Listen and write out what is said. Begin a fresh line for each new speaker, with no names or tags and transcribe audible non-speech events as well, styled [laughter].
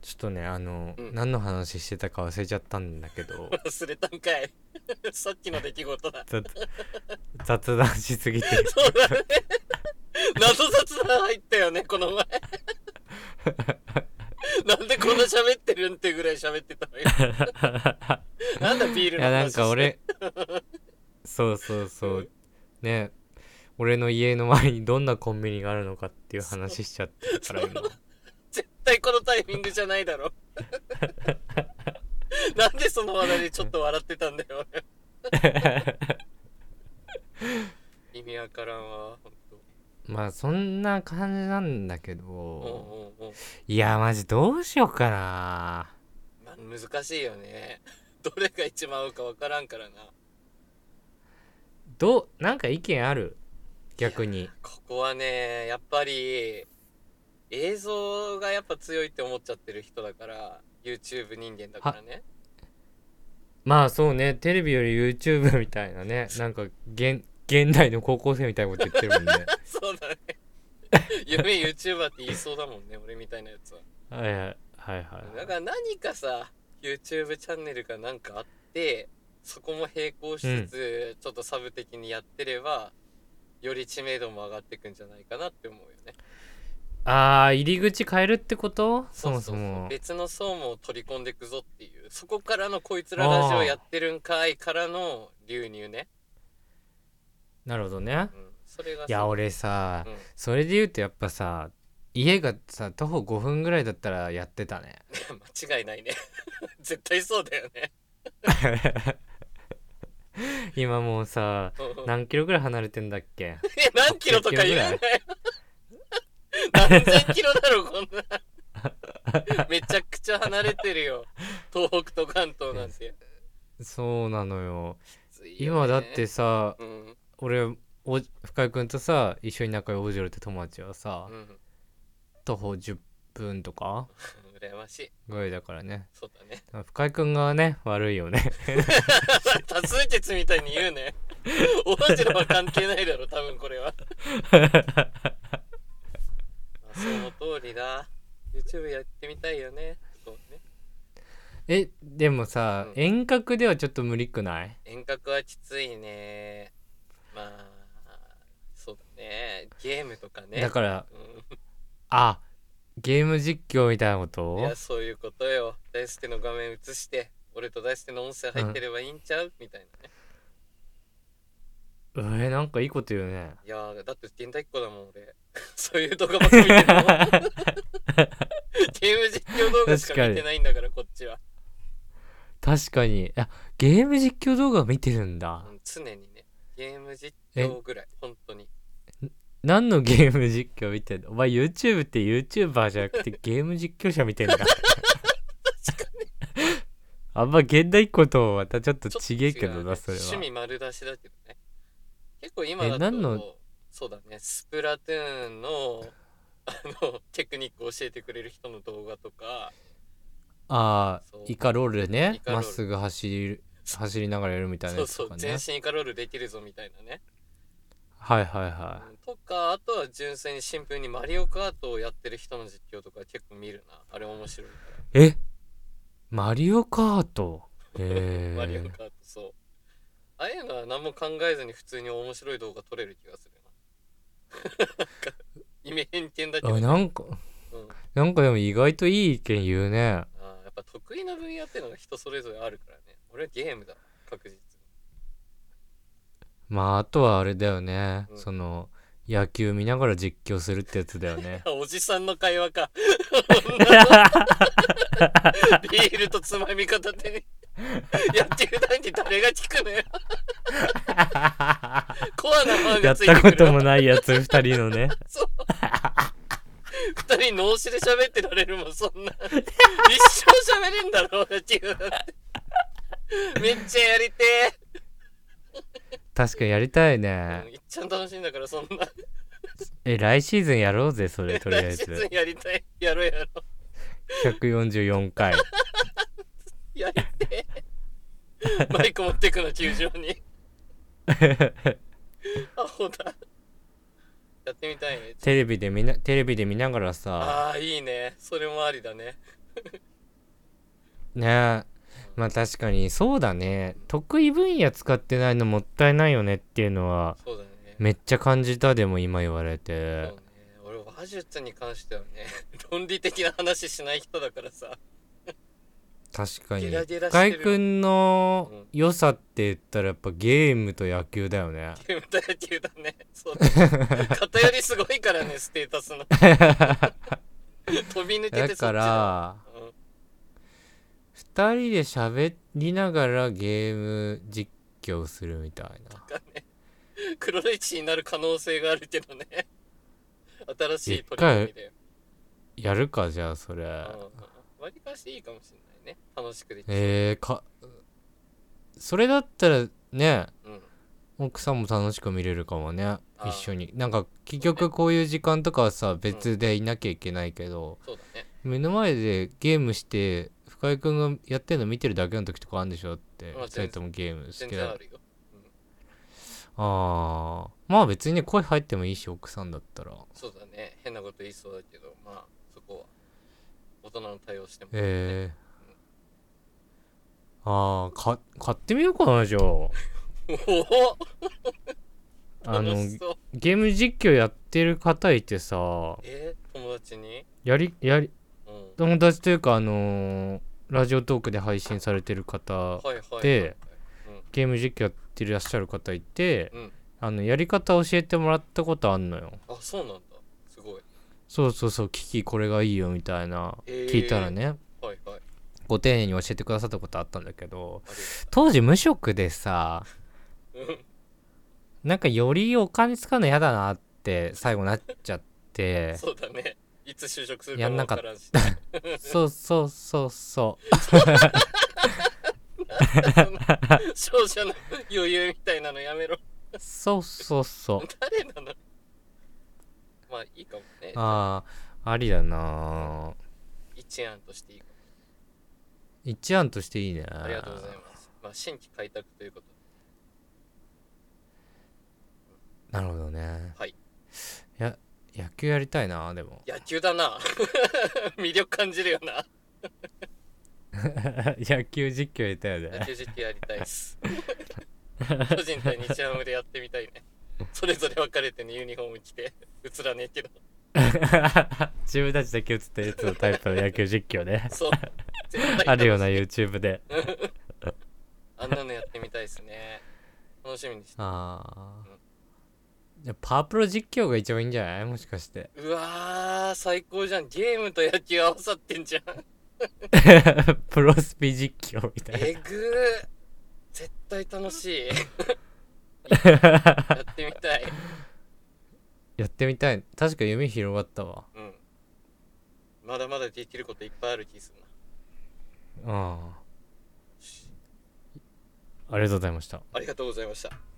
ちょっとねあの、
うん
何の話してたか忘れちゃったんだけ
[laughs]
ど
忘れたんかい [laughs] さっきの出来事だ
雑雑談しすぎ
[laughs]
て
そうだね謎雑談入ったよねこの前 [laughs] なんでこんな喋ってるんってぐらい喋ってたのよ [laughs] なんだビール
い
の話
やなんか
して
俺そうそうそう、
うん
ね俺の家の前にどんなコンビニがあるのかっていう話しちゃって
[laughs]
たから今
絶対このタイミングじゃないだろ [laughs] なんでその話題でちょっと笑ってたんだ
[laughs]
よ俺意味わからんわほんと
まあそんな感じなんだけど、
うんうんうん
いやマジどうしようかな
まあ難しいよね [laughs] どれが一番合うかわからんからな
どうなんか意見ある逆に
ここはねやっぱり映像がやっぱ強いって思っちゃってる人だから YouTube 人間だからね
まあそうねテレビより YouTube みたいなねなんか現現代の高校生みたいなこと言ってるもんね
そうだね夢 YouTuber って言いそうだもんね俺みたいなやつは
はいはいはい
だ
は
から何かさ YouTube チャンネルかなんかあってそこも並行しつつ、ちょっとサブ的にやってればより知名度も上がってくんじゃないかなって思うよね
いあー入り口変えるってことそうも
う
そうも
別の層も取り込んでくぞっていうそこからのこいつらラジオやってるんかいからの流入ね、
なるほどね
うん、それ
い
が
や俺さ、
うん
それで言うとやっぱさ家がさ徒歩5分ぐらいだったらやってたね [laughs]
間違いないね [laughs] 絶対そうだよね
今もうさ
うん [laughs]
何キロぐらい離れてんだっけ
いや何キロとか言うなよ
[laughs] 100
何千キロだろこんな [laughs] めちゃくちゃ離れてるよ東北と関東な
[laughs]
んて
そうなのよ
ついよね
今だってさ
うん
俺お深井君とさ一緒に仲良いおじろって友達はさ
うん
徒歩10分とか
羨ましい
ぐらいだからね
そうだね
深井君がね悪いよね
多数決みたいに言うね王子のは関係ないだろ多分これはまあその通りだ YouTube やってみたいよねそうね
えでもさ、
うん
遠隔ではちょっと無理くない
遠隔はきついねまあそうだねゲームとかね
だから
う
あゲーム実況みたいなこと
ん、いやそういうことよ大輔の画面映して俺と大輔の音声入ってればいいんちゃう、みたいなね
えー、なんかいいこと言うね
いやーだって現代っ子だもん俺 [laughs] そういう動画ばっか見てるの [laughs] ゲーム実況動画しか見てないんだからこっちは、
確かにあゲーム実況動画見てるんだ
うん、常にねゲーム実況ぐらい本当に
何のゲーム実況見てんのお前 YouTube って YouTuber じゃなくてゲーム実況者見てんだあんま現代っ子とはまたちょっと
ちょっと
ちげえけど
違うね
なそれは
趣味丸出しだけどね結構今
え
だ
何
と
の
そうだねスプラトゥーンのあのテクニックを教えてくれる人の動画とか
あ
そう
あイカロール
イ
ね
カロー
まっ
ル
すぐ走る走りながらやるみたいな
そ
や
う
つ
そ
と
う
か
全
ね
身イカロールできるぞみたいなね、
はいはいは
うんとかあとは純粋にシンプルにマリオカートをやってる人の実況とか結構見るなあれ面白いか
いえマリオカート
ら、マリオ
え
カートそうああいうのは何も考えずに普通に面白い動画撮れる気がする [laughs] ななんかイメ偏見だけ
え
ど、う
あ
ん、
なんかなんかでも意外といい意見言うね
あーやっぱ得意な分野っていうのが人それぞれあるからね俺はゲームだ確実に
まああとはあれだよね、
うん
その野球見ながら実況するってやつだよ
[laughs]
ね
あおじさんの会話かビールとつまみ片手に野球団に誰が聞くのよコアなファン
や
が
っ
ついて
た
く
こ
る
ともないやつ2人の
[laughs]
ね
そう二人脳死で喋ってられるもんそんな一生喋れんだろ野球団ってめっちゃやりてえ
確かにやりたい
うん
ね
いっちゃん楽しいんだからそんな
え来シーズンやろうぜそれとりあえ
[laughs] 来シーズン
ず
やりたいやろうやろう
144回
やりてえマイク持ってくの球場にアホだやってみたいね
テレビで見なテレビで見ながらさ
ああーいいねそれもありだね
ねえまあ確かにそうだね得意分野使ってないのもったいないよねっていうのは
そうだね
めっちゃ感じたでも今言われ
そう
て
ね俺話術に関してはね論理的な話しない人だからさ
確かに
ゲラゲラして
深
る
井君の良さって言ったらやっぱゲームと野球だよね
ゲームと野球だねそうだ
[laughs]
ね偏りすごいからねステータスの飛び抜けてそ
だ
っちだ
から
うん
2人で喋りながらゲーム実況するみたいな
黒歴史になる可能性があるけどね新しい取り組みで
やるかじゃあそれ
わりかしいいかもしれないね楽しくできる、
えー、かそれだったらね
うん、
奥さんも楽しく見れるかもね
ー
一緒になんか結局こういう時間とかはさ別でいなきゃいけないけど、
そうだね
目の前でゲームして深井君がやってるの見てるだけの時とかあるんでしょって
まあ
2人ともゲーム好
全
き
然
だ
あるよ
あーまあ別にね声入ってもいいし奥さんだったら
そうだね変なこと言いそうだけどまあそこは大人の対応してもらってね、
ええああか買ってみようかなじゃあ
おお
あ
楽
の
しそう
ゲーム実況やってる方いてさ
えー、友達に
やりやり
うんは
友達というかあのーラジオトークで配信されてる方
いはいはい、はい、
でゲーム実況やってらっしゃる方いて、
うん
あのやり方教えてもらったことあんのよ
あそうなんだすごい
そうそうそう機器これがいいよみたいな、
へえ
聞いたらね
はいはい
ご丁寧に教えてくださったことあったんだけど
あ
当時無職でさ
りがとう
なんかよりお金使うの嫌だなって最後なっちゃっ
うん
て
そうだねいつ就職するかもわからんし
そうそうそうそ
勝者の余裕みたいなのやめろ
うそうそうそう
誰なのまあいいかもね
ああありだな
一案としていいかも
一案としていいね
ありがとうございますまあ新規開拓ということで
なるほどね
はい
や野球やりたいなで
[laughs]
も
野球だな魅力感じるよな
野球実況やりたいよ
野
ね
球実況やりたいっす巨人対日ハムでやってみたいねそれぞれ分かれてねユニフォーム着て映らねえけど
[laughs] 自分たちだけ映ってるやつのタイプの野球実況ね
そう絶対楽し
[laughs]
い
あるような YouTube で
[laughs] あんなのやってみたいっすね楽しみにして
ああパワープロ実況が一番いいんじゃないもしかして
うわー最高じゃんゲームと野球合わさってんじゃん
[laughs] プロスピ実況みたい
えぐー絶対楽しいや
な
ってみたい
[laughs] やってみたい確か夢広がったわ
うんまだまだできることいっぱいある気するな
うんありがとうございました
ありがとうございました